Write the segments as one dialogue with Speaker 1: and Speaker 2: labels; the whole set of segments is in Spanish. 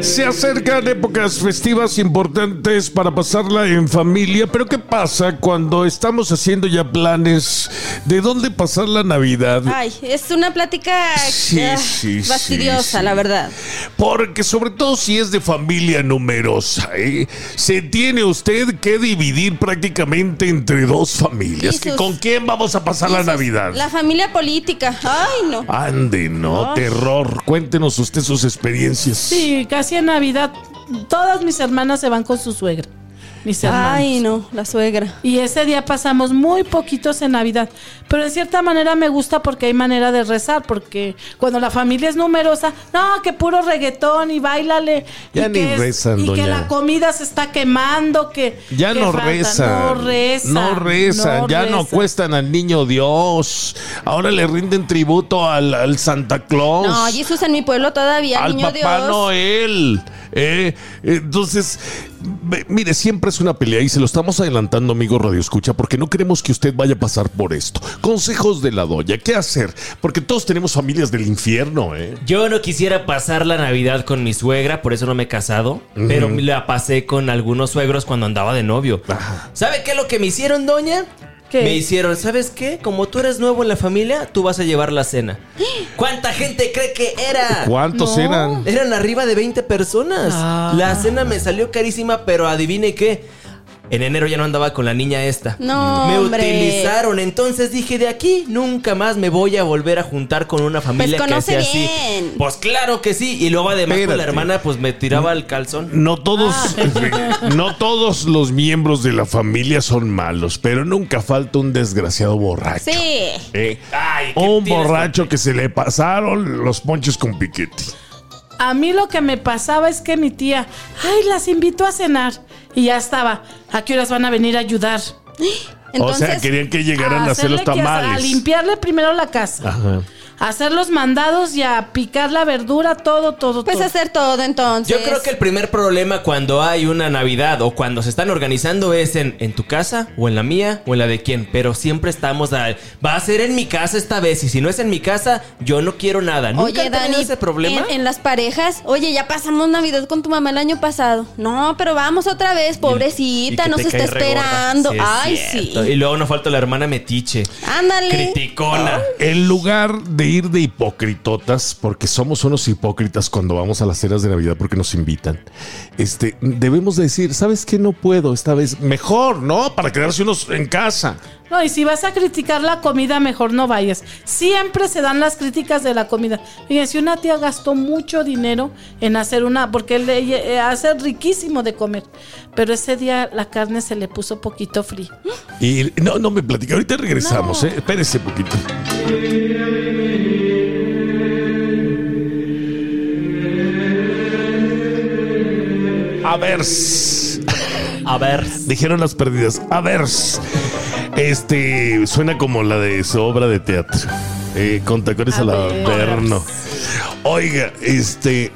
Speaker 1: Se acercan épocas festivas importantes para pasarla en familia, pero ¿qué pasa cuando estamos haciendo ya planes de dónde pasar la Navidad?
Speaker 2: Ay, es una plática
Speaker 1: Sí,
Speaker 2: ah,
Speaker 1: sí, sí,
Speaker 2: fastidiosa,
Speaker 1: sí.
Speaker 2: la verdad.
Speaker 1: Porque sobre todo si es de familia numerosa, ¿eh? se tiene usted que dividir prácticamente entre dos familias.
Speaker 2: Y
Speaker 1: que
Speaker 2: sus-
Speaker 1: ¿Con quién vamos a pasar la
Speaker 2: Eso es
Speaker 1: Navidad?
Speaker 2: La familia política. Ay, no.
Speaker 1: Ande, ¿no?
Speaker 2: Ay.
Speaker 1: Terror. Cuéntenos usted sus experiencias.
Speaker 3: Sí, casi en Navidad todas mis hermanas se van con su suegra. Mis hermanas.
Speaker 2: Ay, no, la suegra.
Speaker 3: Y ese día pasamos muy poquitos en Navidad. Pero en cierta manera me gusta porque hay manera de rezar, porque cuando la familia es numerosa, no, que puro reggaetón y bailale.
Speaker 1: Ya
Speaker 3: y
Speaker 1: ni
Speaker 3: que es-
Speaker 1: rezan,
Speaker 3: Y
Speaker 1: doña.
Speaker 3: que la comida se está quemando, que...
Speaker 1: Ya
Speaker 3: que
Speaker 1: no
Speaker 3: falta.
Speaker 1: rezan,
Speaker 3: No rezan.
Speaker 1: no rezan,
Speaker 3: no
Speaker 1: ya no
Speaker 3: rezan.
Speaker 1: cuestan al niño Dios. Ahora le rinden tributo al, al Santa Claus,
Speaker 2: No, Jesús en mi pueblo todavía,
Speaker 1: al
Speaker 2: niño
Speaker 1: Papá
Speaker 2: Dios.
Speaker 1: Noel. ¿eh? Entonces, ve- mire, siempre es una pelea y se lo estamos adelantando, amigo Radio Escucha, porque no queremos que usted vaya a pasar por esto. Consejos de la doña, ¿qué hacer? Porque todos tenemos familias del infierno, ¿eh?
Speaker 4: Yo no quisiera pasar la Navidad con mi suegra, por eso no me he casado, pero la pasé con algunos suegros cuando andaba de novio. ¿Sabe qué es lo que me hicieron, doña?
Speaker 3: ¿Qué?
Speaker 4: Me hicieron, ¿sabes qué? Como tú eres nuevo en la familia, tú vas a llevar la cena. ¿Cuánta gente cree que era?
Speaker 1: ¿Cuántos
Speaker 3: No.
Speaker 1: eran?
Speaker 4: Eran arriba de 20 personas.
Speaker 3: Ah.
Speaker 4: La cena me salió carísima, pero adivine qué. En enero ya no andaba con la niña esta.
Speaker 2: No,
Speaker 4: Me
Speaker 2: hombre.
Speaker 4: utilizaron, entonces dije, de aquí nunca más me voy a volver a juntar con una familia
Speaker 2: Pues
Speaker 4: que
Speaker 2: conoce
Speaker 4: sea así.
Speaker 2: bien.
Speaker 4: Pues claro que sí. Y luego además con la
Speaker 1: Espérate.
Speaker 4: hermana, pues me tiraba el calzón.
Speaker 1: No todos,
Speaker 3: Ah.
Speaker 1: no todos los miembros de la familia son malos, pero nunca falta un desgraciado borracho.
Speaker 2: Sí.
Speaker 1: ¿eh?
Speaker 4: Ay, ¿qué
Speaker 1: Un
Speaker 4: tienes
Speaker 1: borracho que se le pasaron los ponches con piquete.
Speaker 3: A mí lo que me pasaba es que mi tía, ay, las invito a cenar. Y ya estaba, ¿a qué horas van a venir a
Speaker 1: o
Speaker 3: ayudar?
Speaker 1: sea,
Speaker 2: Entonces,
Speaker 1: querían que llegaran a, hacer
Speaker 3: hacerle
Speaker 1: los
Speaker 3: que- A
Speaker 1: tamales.
Speaker 3: limpiarle primero la casa.
Speaker 1: Ajá.
Speaker 3: A hacer los mandados y a picar la verdura, todo, todo,
Speaker 2: pues
Speaker 3: todo.
Speaker 2: hacer todo entonces.
Speaker 4: Yo creo que el primer problema cuando hay una Navidad o cuando se están organizando es en, en tu casa o en la mía o en la de quién, pero siempre estamos a, va a ser en mi casa esta vez y si no es en mi casa yo no quiero nada. ¿Nunca
Speaker 2: Oye,
Speaker 4: han tenido
Speaker 2: Dani,
Speaker 4: ese problema?
Speaker 2: En, en las parejas, oye, ya pasamos Navidad con tu mamá el año pasado. No, pero vamos otra vez,
Speaker 4: Y que
Speaker 2: pobrecita,
Speaker 4: te
Speaker 2: nos está
Speaker 4: cae regorda.
Speaker 2: esperando.
Speaker 4: Sí, es
Speaker 2: Ay,
Speaker 4: cierto.
Speaker 2: sí.
Speaker 4: Y luego nos falta la hermana metiche.
Speaker 2: Ándale.
Speaker 4: Criticona.
Speaker 1: En lugar de ir de hipocritotas, porque somos unos hipócritas cuando vamos a las cenas de Navidad porque nos invitan, este, debemos decir, ¿sabes qué? No puedo esta vez. Mejor, ¿no? Para quedarse unos en casa.
Speaker 3: No, y si vas a criticar la comida, mejor no vayas. Siempre se dan las críticas de la comida. Fíjense, una tía gastó mucho dinero en hacer una, porque él le- eh, hace riquísimo de comer. Pero ese día la carne se le puso poquito fría.
Speaker 1: Y no, no me platica. Ahorita regresamos, ¿eh? Espérese poquito. A ver.
Speaker 4: A ver.
Speaker 1: Dijeron las perdidas. A ver. Este suena como la de su obra de teatro. Eh, con tacones
Speaker 3: A
Speaker 1: al
Speaker 3: ver.
Speaker 1: averno. Oiga, este.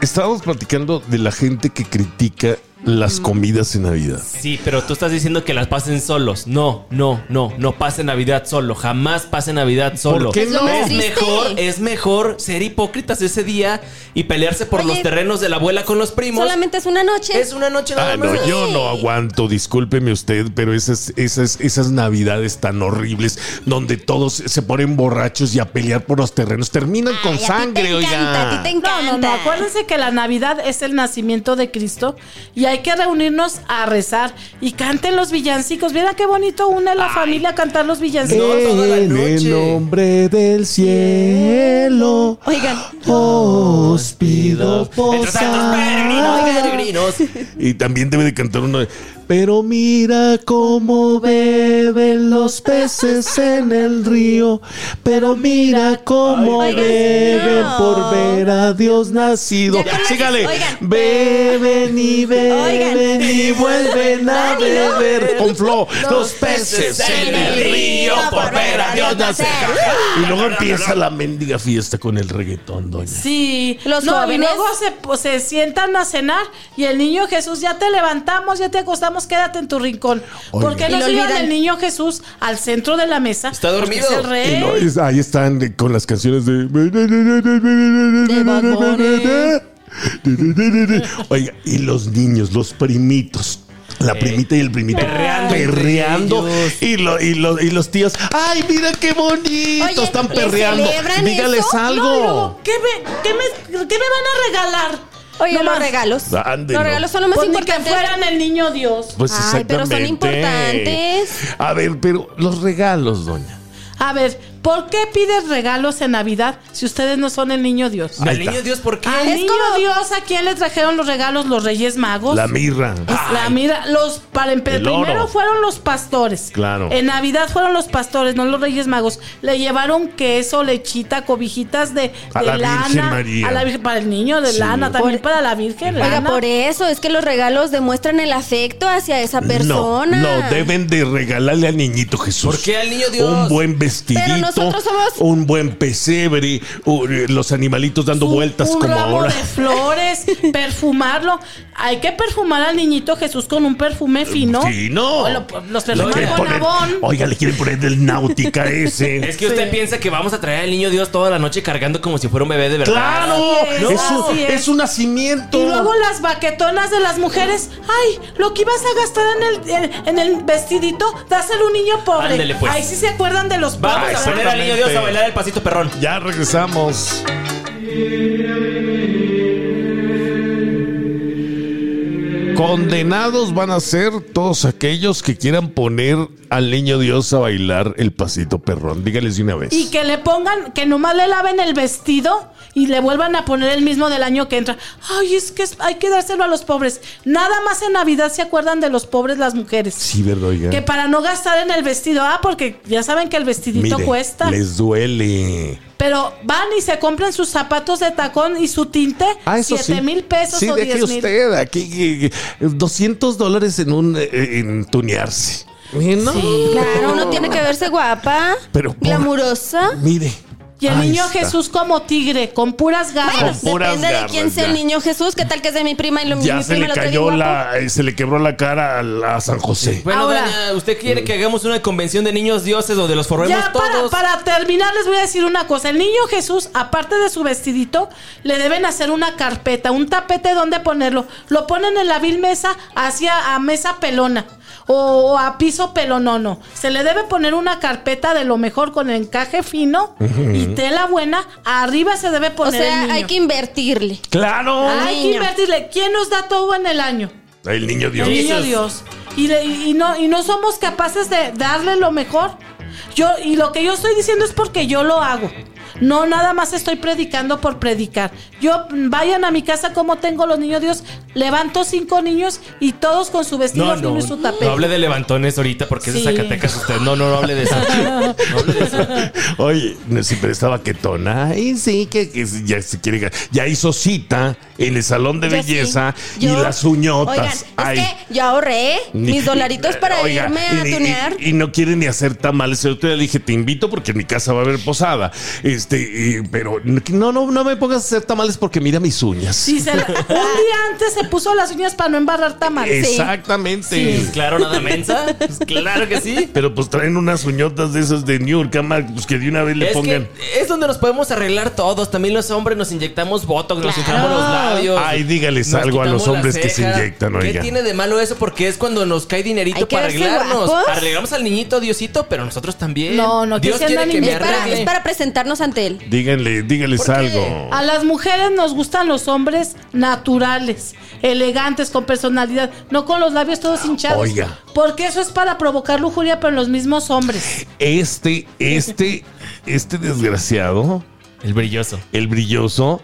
Speaker 1: Estábamos platicando de la gente que critica
Speaker 3: Mm.
Speaker 1: las comidas en Navidad.
Speaker 4: Sí, pero tú estás diciendo que las pasen solos. No, no, no, no pase Navidad solo. Jamás pase Navidad solo.
Speaker 1: qué Es lo no? más
Speaker 4: Es
Speaker 2: triste.
Speaker 4: mejor, es mejor ser hipócritas ese día y pelearse por
Speaker 2: Oye,
Speaker 4: los terrenos de la abuela con los primos.
Speaker 2: Solamente es una noche.
Speaker 4: Es una noche nada
Speaker 1: Ah, no,
Speaker 4: más.
Speaker 1: yo no aguanto, discúlpeme usted, pero esas, esas, esas navidades tan horribles donde todos se ponen borrachos y a pelear por los terrenos terminan con
Speaker 2: Ay, a ti
Speaker 1: sangre,
Speaker 2: te encanta, A ti te
Speaker 1: oiga.
Speaker 2: encanta.
Speaker 3: No, no, no. Acuérdense que la Navidad es el nacimiento de Cristo y hay que reunirnos a rezar y canten los villancicos. Mira qué bonito une la familia a cantar los villancicos.
Speaker 4: No, toda la
Speaker 1: En el
Speaker 4: noche.
Speaker 1: nombre del cielo
Speaker 2: Oigan,
Speaker 1: os pido
Speaker 4: Entre tantos peregrinos,
Speaker 1: posada.
Speaker 4: peregrinos.
Speaker 1: Y también debe de cantar uno de, Pero mira cómo beben los peces en el río. Pero mira cómo
Speaker 2: Ay, oigan,
Speaker 1: beben
Speaker 2: no.
Speaker 1: por ver a Dios nacido.
Speaker 2: Ya, ya,
Speaker 1: Sígale.
Speaker 2: oigan.
Speaker 1: Beben y beben
Speaker 2: Oigan.
Speaker 1: y vuelven a
Speaker 2: Dani, ¿no?
Speaker 1: beber con flor los peces
Speaker 4: peces
Speaker 1: en el río por ver a Dios
Speaker 2: quieres hacer.
Speaker 1: Y luego empieza la mendiga fiesta con el reggaetón, doña.
Speaker 3: Sí,
Speaker 2: Los
Speaker 3: no,
Speaker 2: jóvenes.
Speaker 3: Y luego se, pues, se sientan a cenar y el niño Jesús, ya te levantamos, ya te acostamos, quédate en tu rincón.
Speaker 1: Oye.
Speaker 3: ¿Por qué
Speaker 2: Y
Speaker 3: no
Speaker 2: lo
Speaker 3: llevan
Speaker 2: olvidan.
Speaker 3: el niño Jesús al centro de la mesa?
Speaker 4: Está
Speaker 3: Porque
Speaker 4: dormido.
Speaker 3: es el rey.
Speaker 1: Y no,
Speaker 2: ¿Eh?
Speaker 1: es- ahí están de- con las canciones de. Oiga, y los niños, los primitos. La primita y el primito
Speaker 4: Perreando entre
Speaker 1: perreando,
Speaker 4: ellos.
Speaker 1: y, lo- y, lo- y los tíos, ay, mira qué bonito,
Speaker 2: Oye,
Speaker 1: están
Speaker 2: ¿le
Speaker 1: perreando.
Speaker 2: celebran
Speaker 1: Dígales
Speaker 2: eso?
Speaker 1: algo.
Speaker 3: No, y luego, ¿qué, me, qué me- qué me van a regalar?
Speaker 2: Oye,
Speaker 3: No
Speaker 2: los
Speaker 3: más.
Speaker 2: regalos.
Speaker 1: Ande,
Speaker 2: los
Speaker 1: no.
Speaker 2: regalos son lo más
Speaker 3: Pues ni que
Speaker 2: importante.
Speaker 3: fueran el niño Dios.
Speaker 1: Pues
Speaker 2: Ay, pero son
Speaker 1: exactamente.
Speaker 2: importantes.
Speaker 1: A ver, pero los regalos, doña.
Speaker 3: A ver, ¿por qué pides regalos en Navidad si ustedes no son el niño Dios?
Speaker 1: Ahí
Speaker 4: ¿Al
Speaker 1: está.
Speaker 4: niño Dios por qué?
Speaker 3: Al
Speaker 2: Es
Speaker 3: niño
Speaker 2: como-
Speaker 3: Dios, ¿a quién le trajeron los regalos los Reyes Magos?
Speaker 1: La mirra.
Speaker 3: Pues, la mira, los para empe-
Speaker 1: El oro.
Speaker 3: primero fueron los pastores.
Speaker 1: Claro.
Speaker 3: En Navidad fueron los pastores, no los Reyes Magos. Le llevaron queso, lechita, cobijitas de,
Speaker 1: A
Speaker 3: de
Speaker 1: la
Speaker 3: lana.
Speaker 1: Virgen María.
Speaker 3: A la Virgen para el niño de
Speaker 1: Sí.
Speaker 3: lana, también
Speaker 2: Por-
Speaker 3: para la Virgen.
Speaker 2: Oiga,
Speaker 3: lana.
Speaker 2: por eso es que los regalos demuestran el afecto hacia esa persona.
Speaker 1: No, no, deben de regalarle al niñito Jesús.
Speaker 4: ¿Por qué al niño Dios?
Speaker 1: Un buen vestidito,
Speaker 2: Pero nosotros somos-
Speaker 1: un buen pesebre, u- eh, los animalitos dando
Speaker 3: Un-
Speaker 1: vueltas
Speaker 3: un
Speaker 1: como
Speaker 3: ramo
Speaker 1: ahora.
Speaker 3: de flores, perfumarlo. Hay que perfumar al niñito Jesús con un perfume fino.
Speaker 1: Sí, no.
Speaker 3: Lo- los
Speaker 1: Le
Speaker 3: perfuman
Speaker 1: quieren
Speaker 3: con
Speaker 1: poner-
Speaker 3: abón.
Speaker 1: Oiga, le quieren poner del náutica ese.
Speaker 4: Es que usted
Speaker 3: Sí.
Speaker 4: piensa que vamos a traer al niño Dios toda la noche cargando como si fuera un bebé de verdad.
Speaker 1: ¡Claro!
Speaker 3: Así es,
Speaker 1: es, un,
Speaker 3: así es.
Speaker 1: es un nacimiento.
Speaker 3: Y luego las baquetonas de las mujeres. Ay, lo que ibas a gastar en el, en- en el vestidito, dáselo a un niño pobre.
Speaker 4: Ándele, pues.
Speaker 3: Ahí sí se acuerdan de los
Speaker 4: Vamos
Speaker 3: pobres.
Speaker 4: a poner al niño Dios a bailar el pasito perrón.
Speaker 1: Ya regresamos. Condenados van a ser todos aquellos que quieran poner al niño Dios a bailar el pasito perrón. Dígales de una vez.
Speaker 3: Y que le pongan, que nomás le laven el vestido y le vuelvan a poner el mismo del año que entra. Ay, es que es- hay que dárselo a los pobres. Nada más en Navidad se acuerdan de los pobres las mujeres.
Speaker 1: Sí, verdad, oiga.
Speaker 3: Que para no gastar en el vestido, ah, porque ya saben que el vestidito
Speaker 1: Mire,
Speaker 3: cuesta.
Speaker 1: Les duele.
Speaker 3: Pero van y se compran sus zapatos de tacón y su tinte,
Speaker 1: Ah, eso
Speaker 3: siete
Speaker 1: sí.
Speaker 3: mil pesos
Speaker 1: Sí,
Speaker 3: o
Speaker 1: deje
Speaker 3: 10 mil.
Speaker 1: usted aquí que- que- 200 dólares en un eh, en tunearse. Eh, No.
Speaker 2: Claro, uno tiene que verse guapa,
Speaker 1: Pero por-
Speaker 2: glamurosa.
Speaker 1: Mire.
Speaker 3: Y el
Speaker 1: Ahí
Speaker 3: niño
Speaker 1: está.
Speaker 3: Jesús como tigre, con puras
Speaker 2: Bueno,
Speaker 3: garras.
Speaker 1: Con puras
Speaker 2: depende de
Speaker 1: garras,
Speaker 2: quién sea el
Speaker 1: ya.
Speaker 2: niño Jesús. ¿Qué tal que es de mi prima y lo mi
Speaker 1: Ya se
Speaker 2: prima
Speaker 1: le
Speaker 2: lo trae
Speaker 1: cayó
Speaker 2: guapo? Pues,
Speaker 1: la, eh, se le quebró la cara a, la- a San José.
Speaker 4: Bueno,
Speaker 3: Ahora-
Speaker 4: doña, ¿usted quiere que hagamos una convención de niños dioses donde los formemos
Speaker 3: Ya para,
Speaker 4: todos?
Speaker 3: para terminar les voy a decir una cosa. El niño Jesús, aparte de su vestidito, le deben hacer una carpeta, un tapete donde ponerlo. Lo ponen en la vil mesa hacia a mesa pelona o, o a piso pelonono. Se le debe poner una carpeta de lo mejor con encaje fino y tela buena. Arriba se debe
Speaker 2: O
Speaker 3: poner el
Speaker 2: sea,
Speaker 3: niño.
Speaker 2: hay que invertirle.
Speaker 1: Claro.
Speaker 2: Ah.
Speaker 3: Hay que
Speaker 2: niño.
Speaker 3: invertirle. ¿Quién nos da todo en el año?
Speaker 1: El niño Dios.
Speaker 3: El niño
Speaker 4: Jesús.
Speaker 3: Dios. Y, le- y no, y no somos capaces de darle lo mejor. Yo, y lo que yo estoy diciendo es porque yo lo hago. No, nada más estoy predicando por predicar. Yo, mm, vayan a mi casa como tengo los niños Dios, levanto cinco niños y todos con su vestido
Speaker 4: No,
Speaker 3: fino
Speaker 4: no,
Speaker 3: y su
Speaker 4: no
Speaker 3: tapete.
Speaker 4: hable de levantones ahorita porque es de
Speaker 3: Sí.
Speaker 4: Zacatecas usted. No, no, no hable de eso. No hable de eso.
Speaker 1: Oye, no, sí, pero estaba quetona. Ay, sí, que, que ya se quiere. ga- Ya hizo cita en el salón de
Speaker 2: Yo sí.
Speaker 1: belleza y
Speaker 2: Yo-
Speaker 1: las uñotas.
Speaker 2: Oigan, es
Speaker 1: Ay,
Speaker 2: que yo ahorré
Speaker 1: ni-
Speaker 2: mis dolaritos para
Speaker 1: Oiga,
Speaker 2: irme a
Speaker 1: y- y-
Speaker 2: tunear.
Speaker 1: Y, no quiere ni hacer tamales. Yo te dije, te invito porque en mi casa va a haber posada. Este, y- pero no, no, no me pongas a hacer tamales porque mira mis uñas.
Speaker 3: Sí, se la- un día antes se puso las uñas para no embarrar tamales.
Speaker 1: Exactamente.
Speaker 4: Pues claro, nada mensa. Pues claro que sí.
Speaker 1: Pero pues traen unas uñotas de esas de New York, ama, pues que de una vez le
Speaker 4: Es
Speaker 1: pongan.
Speaker 4: que es donde nos podemos arreglar todos. También los hombres nos inyectamos botox, nos inflamos los labios.
Speaker 1: Ay, dígales
Speaker 4: nos
Speaker 1: algo a los
Speaker 4: quitamos la
Speaker 1: hombres que se
Speaker 4: ceja.
Speaker 1: inyectan,
Speaker 4: ¿Qué
Speaker 1: oiga.
Speaker 4: tiene de malo eso? Porque es cuando nos cae dinerito
Speaker 2: Hay que
Speaker 4: para
Speaker 2: verse
Speaker 4: arreglarnos.
Speaker 2: guapos.
Speaker 4: Arreglamos al niñito Diosito, pero nosotros también.
Speaker 3: No, no, que
Speaker 4: Dios
Speaker 3: se
Speaker 4: quiere
Speaker 3: andan
Speaker 4: que me
Speaker 2: Es para,
Speaker 4: arregle.
Speaker 2: es para presentarnos ante él.
Speaker 1: Díganle, díganles
Speaker 4: ¿Por qué? Ah.
Speaker 1: algo.
Speaker 3: A las mujeres nos gustan los hombres naturales, elegantes, con personalidad, no con los labios todos hinchados.
Speaker 1: Oiga.
Speaker 3: Porque eso es para provocar lujuria, pero en los mismos hombres.
Speaker 1: Este, este, este desgraciado,
Speaker 4: El brilloso.
Speaker 1: el brilloso,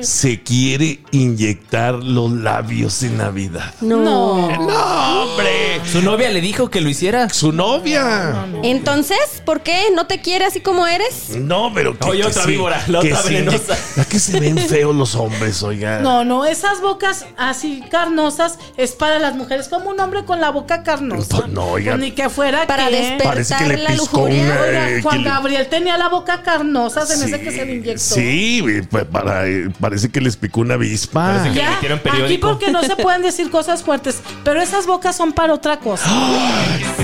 Speaker 1: se quiere inyectar los labios en Navidad.
Speaker 2: No.
Speaker 1: ¡No, hombre!
Speaker 4: Su novia le dijo que lo hiciera.
Speaker 1: ¡Su novia!
Speaker 2: Entonces, ¿por qué no te quiere así como eres?
Speaker 1: No, pero que.
Speaker 4: Oye,
Speaker 1: que
Speaker 4: otra
Speaker 1: sí,
Speaker 4: víbora, la
Speaker 1: que
Speaker 4: otra
Speaker 1: sí,
Speaker 4: venenosa.
Speaker 1: ¿A qué se ven feos los hombres, oiga?
Speaker 3: No, no, esas bocas así carnosas es para las mujeres, como un hombre con la boca carnosa.
Speaker 1: Pues no, oiga.
Speaker 3: Ni que fuera
Speaker 2: Para
Speaker 3: que-
Speaker 2: despertar
Speaker 1: Parece que le
Speaker 2: la
Speaker 1: piscó
Speaker 2: lujuria.
Speaker 1: una-
Speaker 3: Oiga,
Speaker 1: Eh,
Speaker 3: Juan
Speaker 1: que le-
Speaker 3: Gabriel tenía la boca carnosa, se me hace que se le inyectó.
Speaker 1: Sí, eh, pa- para, eh, parece que les picó una avispa.
Speaker 4: Parece que- le
Speaker 3: Ya,
Speaker 4: metieron
Speaker 3: aquí
Speaker 4: periódico.
Speaker 3: porque no se pueden decir cosas fuertes, pero esas bocas son para otra cosa.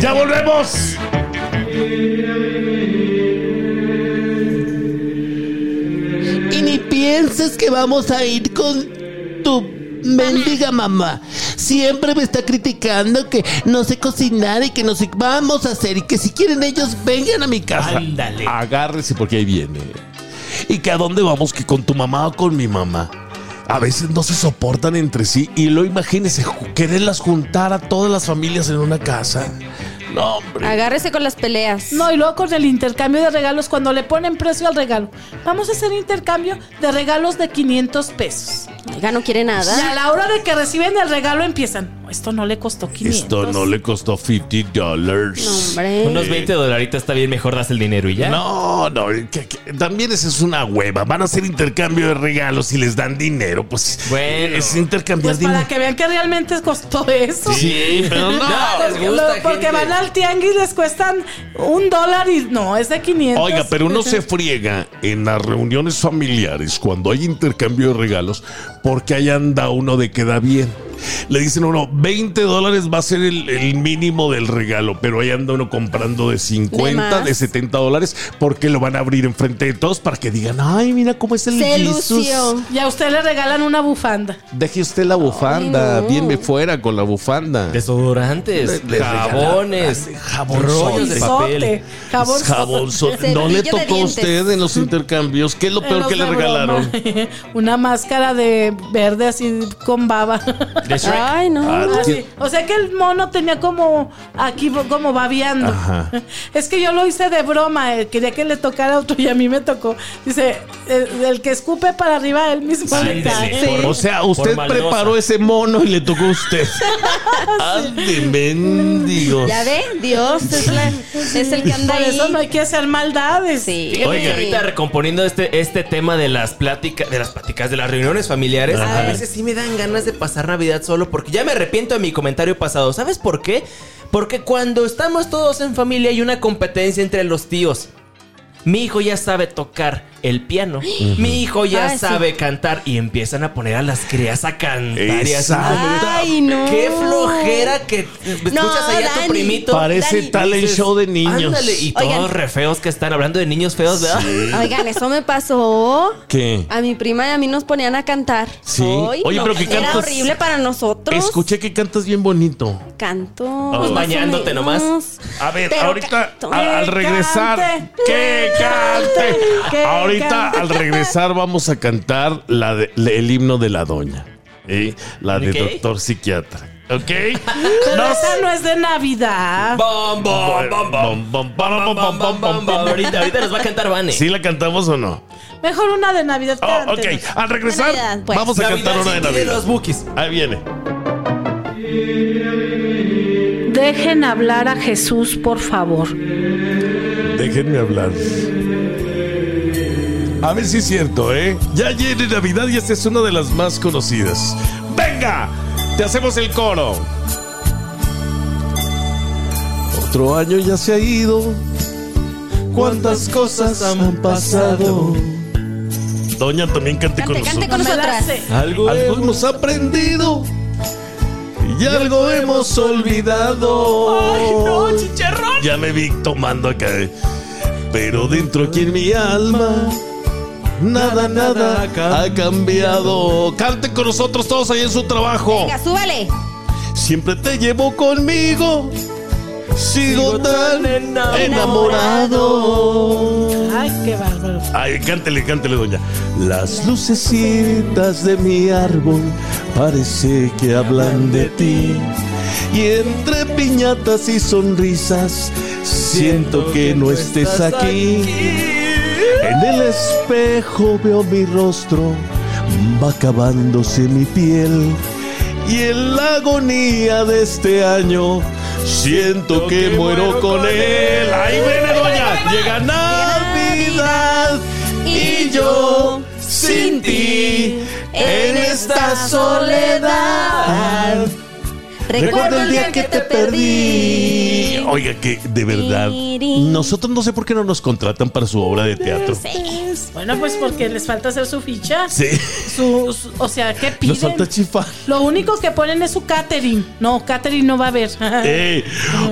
Speaker 1: ¡Ya volvemos!
Speaker 5: Y ni pienses que vamos a ir con tu mendiga mamá. Siempre me está criticando que no sé cocinar y que no sé vamos a hacer y que si quieren ellos vengan a mi casa.
Speaker 4: Ándale.
Speaker 1: Agárrese porque ahí viene. ¿Y que a dónde vamos? ¿Que con tu mamá o con mi mamá? A veces no se soportan entre sí y lo imagínese, ju- quererlas juntar a todas las familias en una casa. No, hombre.
Speaker 2: Agárrese con las peleas.
Speaker 3: No, y luego con el intercambio de regalos, cuando le ponen precio al regalo, vamos a hacer intercambio de regalos de 500 pesos.
Speaker 2: Oiga, no quiere nada.
Speaker 3: Y a la hora de que reciben el regalo empiezan, esto no le costó 500.
Speaker 1: Esto no le costó 50 dólares.
Speaker 2: No, hombre.
Speaker 4: Unos 20 dolaritos está bien, mejor das el dinero y ya.
Speaker 1: No, no, que- que- también esa es una hueva. Van a hacer intercambio de regalos y les dan dinero, pues.
Speaker 4: Bueno.
Speaker 1: es intercambiar
Speaker 3: Pues para
Speaker 1: dinero.
Speaker 3: que vean que realmente costó eso.
Speaker 4: Sí, pero no. les
Speaker 3: porque,
Speaker 4: gusta,
Speaker 3: lo- porque
Speaker 4: gente.
Speaker 3: van al tianguis les cuestan un dólar y no, es de 500.
Speaker 1: Oiga, pero uno se friega en las reuniones familiares cuando hay intercambio de regalos porque ahí anda uno de que da bien. Le dicen a uno, 20 dólares va a ser el, el mínimo del regalo, pero ahí anda uno comprando de 50,
Speaker 2: más.
Speaker 1: de, 70 dólares porque lo van a abrir enfrente de todos para que digan, ay, mira cómo es el
Speaker 2: Se
Speaker 1: Jesus".
Speaker 2: lució.
Speaker 3: Y a usted le regalan una bufanda.
Speaker 1: Deje usted la bufanda,
Speaker 2: no.
Speaker 1: bien me fuera con la bufanda.
Speaker 4: Desodorantes,
Speaker 1: Le- le
Speaker 4: jabones,
Speaker 1: regalan- jabón
Speaker 4: rollos de
Speaker 3: Sote,
Speaker 4: papel.
Speaker 3: jabón
Speaker 1: Jabón, so-
Speaker 2: Cepillo
Speaker 1: no le
Speaker 2: de
Speaker 1: tocó a
Speaker 2: dientes.
Speaker 1: usted en los intercambios. ¿Qué es lo peor
Speaker 3: Pero
Speaker 1: que le
Speaker 3: de broma.
Speaker 1: regalaron?
Speaker 3: Una máscara de verde así con baba.
Speaker 4: De Shrek.
Speaker 2: Ay,
Speaker 1: Ah,
Speaker 2: no.
Speaker 1: ¿quién-
Speaker 3: Así. O sea que el mono tenía como aquí como babeando.
Speaker 1: Ajá.
Speaker 3: Es que yo lo hice de broma, eh, quería que le tocara otro y a mí me tocó. Dice, el, el que escupe para arriba él mismo le
Speaker 4: Ándele,
Speaker 3: cae.
Speaker 4: por-
Speaker 1: O sea,
Speaker 4: por
Speaker 1: usted
Speaker 4: maldosa.
Speaker 1: preparó ese mono y le tocó a usted. ¡Ande, mendigos!
Speaker 2: Ya ve, Dios es, la- es el que anda
Speaker 3: Por
Speaker 2: ahí.
Speaker 3: eso no hay que hacer maldades.
Speaker 2: Sí.
Speaker 4: Oye, que ahorita recomponiendo este, este tema de las pláticas, de las pláticas, de las reuniones familiares, a veces sí me dan ganas de pasar Navidad solo porque ya me arrepiento de mi comentario pasado. ¿Sabes por qué? Porque cuando estamos todos en familia hay una competencia entre los tíos. Mi hijo ya sabe tocar el piano. Mi hijo ya
Speaker 2: Ah, sí.
Speaker 4: sabe cantar. Y empiezan a poner a las crías a cantar. y a hacer
Speaker 1: Exacto.
Speaker 4: como-
Speaker 2: Ay, no.
Speaker 4: Qué flojera que escuchas ahí a
Speaker 2: Dani.
Speaker 4: tu primito.
Speaker 1: Parece
Speaker 2: Dani,
Speaker 1: talent
Speaker 4: Dices,
Speaker 1: show de niños.
Speaker 4: Ándale, y todos
Speaker 2: Oigan.
Speaker 4: re feos que están hablando de niños feos, ¿verdad?
Speaker 2: Oigan, eso me pasó.
Speaker 1: ¿Qué?
Speaker 2: A mi prima y a mí nos ponían a cantar.
Speaker 1: Sí.
Speaker 2: Ay,
Speaker 1: Oye,
Speaker 2: no,
Speaker 1: pero que
Speaker 2: Era
Speaker 1: cantas-
Speaker 2: horrible para nosotros.
Speaker 1: Escuché que cantas bien bonito.
Speaker 2: Canto.
Speaker 4: Pues bañándote nomás.
Speaker 1: A ver,
Speaker 2: Pero
Speaker 1: ahorita
Speaker 2: canto.
Speaker 1: al, al
Speaker 3: Que
Speaker 1: regresar.
Speaker 3: cante,
Speaker 1: ¡Que
Speaker 3: que cante,
Speaker 1: cante!
Speaker 3: que
Speaker 1: Ahorita
Speaker 3: cante.
Speaker 1: al regresar vamos a cantar la de- la- el himno de la doña. ¿eh? La de
Speaker 4: Ok.
Speaker 1: doctor psiquiatra. ¿Ok?
Speaker 3: Pero
Speaker 1: No
Speaker 3: esa no es de Navidad.
Speaker 4: Bom, bom, bom, bom.
Speaker 1: Bom, bom, bom, bom,
Speaker 4: Bom, bom, bom, bom. Ahorita, ahorita nos va a cantar Vane.
Speaker 1: ¿Sí la cantamos o no?
Speaker 3: Mejor una de Navidad que
Speaker 1: Oh, ok,
Speaker 3: antes.
Speaker 1: al regresar
Speaker 2: De Navidad, pues.
Speaker 1: vamos a cantar una de
Speaker 4: sin ti
Speaker 1: Navidad.
Speaker 4: los bookies.
Speaker 1: Ahí viene.
Speaker 3: Dejen hablar a Jesús, por favor.
Speaker 1: Déjenme hablar. A ver si es cierto, ¿eh? Ya viene Navidad y esta es una de las más conocidas. ¡Venga! Te hacemos el coro. Otro año ya se ha ido. Cuántas cosas han pasado. Doña también cante con
Speaker 2: Cante,
Speaker 1: nosotros.
Speaker 2: cante con
Speaker 3: No me la
Speaker 2: nosotras.
Speaker 3: sé.
Speaker 1: Algo, hemos aprendido y algo hemos olvidado.
Speaker 4: ¡Oh,
Speaker 1: Ya me vi tomando acá. eh. Pero dentro aquí en mi alma, nada, nada, ha cambiado. Canten con nosotros todos ahí en su trabajo.
Speaker 2: Venga, súbale.
Speaker 1: Siempre te llevo conmigo. Sigo tan enamorado.
Speaker 3: Ay, qué bárbaro.
Speaker 1: Ay, cántele, cántele, doña. Las lucecitas de mi árbol parece que hablan de ti. Y entre piñatas y sonrisas siento que no estés aquí. En el espejo veo mi rostro va acabándose mi piel. Y en la agonía de este año, siento que, muero con él. Ahí viene, doña. Llega Navidad y yo sin ti en esta soledad. Recuerdo el día que te perdí. Oiga, que de verdad, nosotros no sé por qué no nos contratan para su obra de teatro.
Speaker 3: Bueno, pues porque les falta hacer su ficha.
Speaker 1: Sí.
Speaker 3: Su, su- o sea, ¿qué
Speaker 1: Nos
Speaker 3: piden?
Speaker 1: falta chifar.
Speaker 3: Lo único que ponen es su catering. No, catering no va a haber.
Speaker 1: Eh,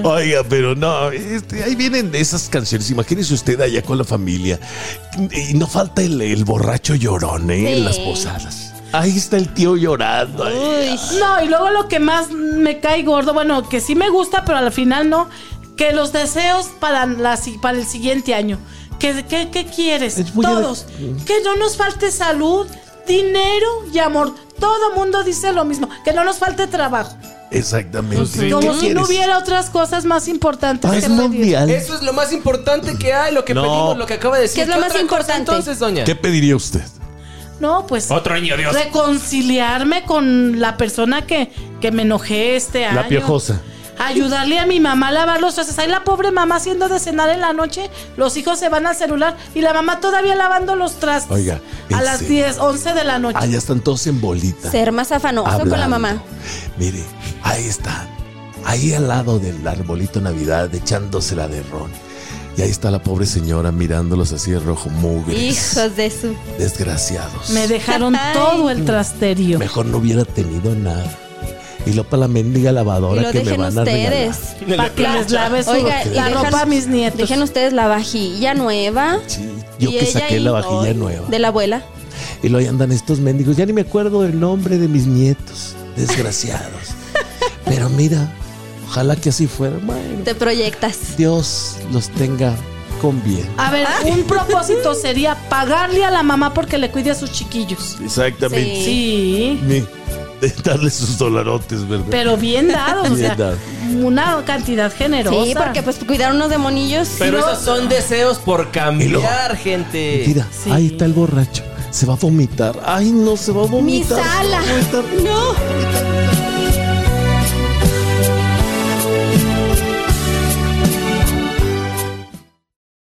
Speaker 1: oiga, pero no, este, ahí vienen esas canciones. Imagínese usted allá con la familia. Y no falta el, el borracho llorón ¿eh?
Speaker 2: Sí.
Speaker 1: en las posadas. Ahí está el tío llorando. ¿eh? ahí.
Speaker 3: No, y luego lo que más me cae gordo, bueno, que sí me gusta, pero al final no, que los deseos para, la, si- para el siguiente año. ¿Qué, qué, qué quieres?
Speaker 1: Es muy
Speaker 3: Todos. Que no nos falte salud, dinero y amor. Todo mundo dice lo mismo, que no nos falte trabajo.
Speaker 1: Exactamente.
Speaker 3: Pues Como
Speaker 1: ¿Qué
Speaker 3: si
Speaker 1: quieres? Ah,
Speaker 3: no hubiera otras cosas más importantes.
Speaker 5: Paz
Speaker 3: que pedir.
Speaker 5: mundial.
Speaker 4: Eso es lo más importante que hay, lo que
Speaker 1: No.
Speaker 4: pedimos, lo que acaba de decir.
Speaker 2: ¿Qué es lo más
Speaker 4: otra cosa
Speaker 2: importante?
Speaker 4: entonces, doña?
Speaker 1: ¿Qué pediría usted?
Speaker 3: No, pues
Speaker 4: Otro año, Dios.
Speaker 3: reconciliarme con la persona que, que me enojé este año.
Speaker 1: La piojosa.
Speaker 3: Ayudarle a mi mamá a lavar los trastes. Ahí la pobre mamá haciendo de cenar en la noche. Los hijos se van al celular y la mamá todavía lavando los trastes.
Speaker 1: Oiga,
Speaker 3: a
Speaker 1: en
Speaker 3: las
Speaker 1: serio.
Speaker 3: 10, 11 de la noche.
Speaker 1: Allá Ah, están todos en bolita.
Speaker 2: Ser más afanoso con la
Speaker 1: hablando.
Speaker 2: mamá.
Speaker 1: Mire, ahí está. Ahí al lado del arbolito Navidad, echándosela de ron. Y ahí está la pobre señora mirándolos así de rojo, mugres,
Speaker 2: Hijos de su.
Speaker 1: desgraciados.
Speaker 3: Me dejaron
Speaker 2: Ay.
Speaker 3: todo el trasterio.
Speaker 1: Mejor no hubiera tenido nada. Y lo para la mendiga
Speaker 2: Y
Speaker 1: lavadora
Speaker 2: lo
Speaker 1: que me
Speaker 2: dejen
Speaker 1: van a regalar.
Speaker 2: ustedes.
Speaker 3: Para que les lave su-
Speaker 2: Oiga, y
Speaker 3: la
Speaker 2: dejan-
Speaker 3: ropa a mis nietos.
Speaker 2: Dejen ustedes la vajilla nueva.
Speaker 1: Sí, yo
Speaker 2: Y
Speaker 1: que
Speaker 2: ella
Speaker 1: saqué
Speaker 2: y-
Speaker 1: la vajilla
Speaker 2: ay,
Speaker 1: nueva.
Speaker 2: De la abuela.
Speaker 1: Y luego ahí andan estos mendigos. Ya ni me acuerdo del nombre de mis nietos. Desgraciados. Pero mira, ojalá que así fuera. Bueno,
Speaker 2: Te proyectas.
Speaker 1: Dios los tenga con bien.
Speaker 3: A ver,
Speaker 2: Ah.
Speaker 3: un propósito sería pagarle a la mamá porque le cuide a sus chiquillos.
Speaker 1: Exactamente.
Speaker 2: Sí.
Speaker 3: Sí.
Speaker 1: De darle sus dolarotes, ¿verdad?
Speaker 3: Pero bien dados, o
Speaker 1: Bien
Speaker 3: sea,
Speaker 1: dados.
Speaker 3: una cantidad generosa.
Speaker 2: Sí, porque pues cuidar unos demonillos.
Speaker 4: Pero
Speaker 3: Y luego-
Speaker 4: esos son deseos por
Speaker 1: Y luego-
Speaker 4: cambiar, gente.
Speaker 1: Mira,
Speaker 3: Sí.
Speaker 1: ahí está el borracho. Se va a vomitar. Ay, no, se va a
Speaker 2: Mi
Speaker 1: vomitar.
Speaker 2: sala.
Speaker 1: Se va a vomitar.
Speaker 2: No.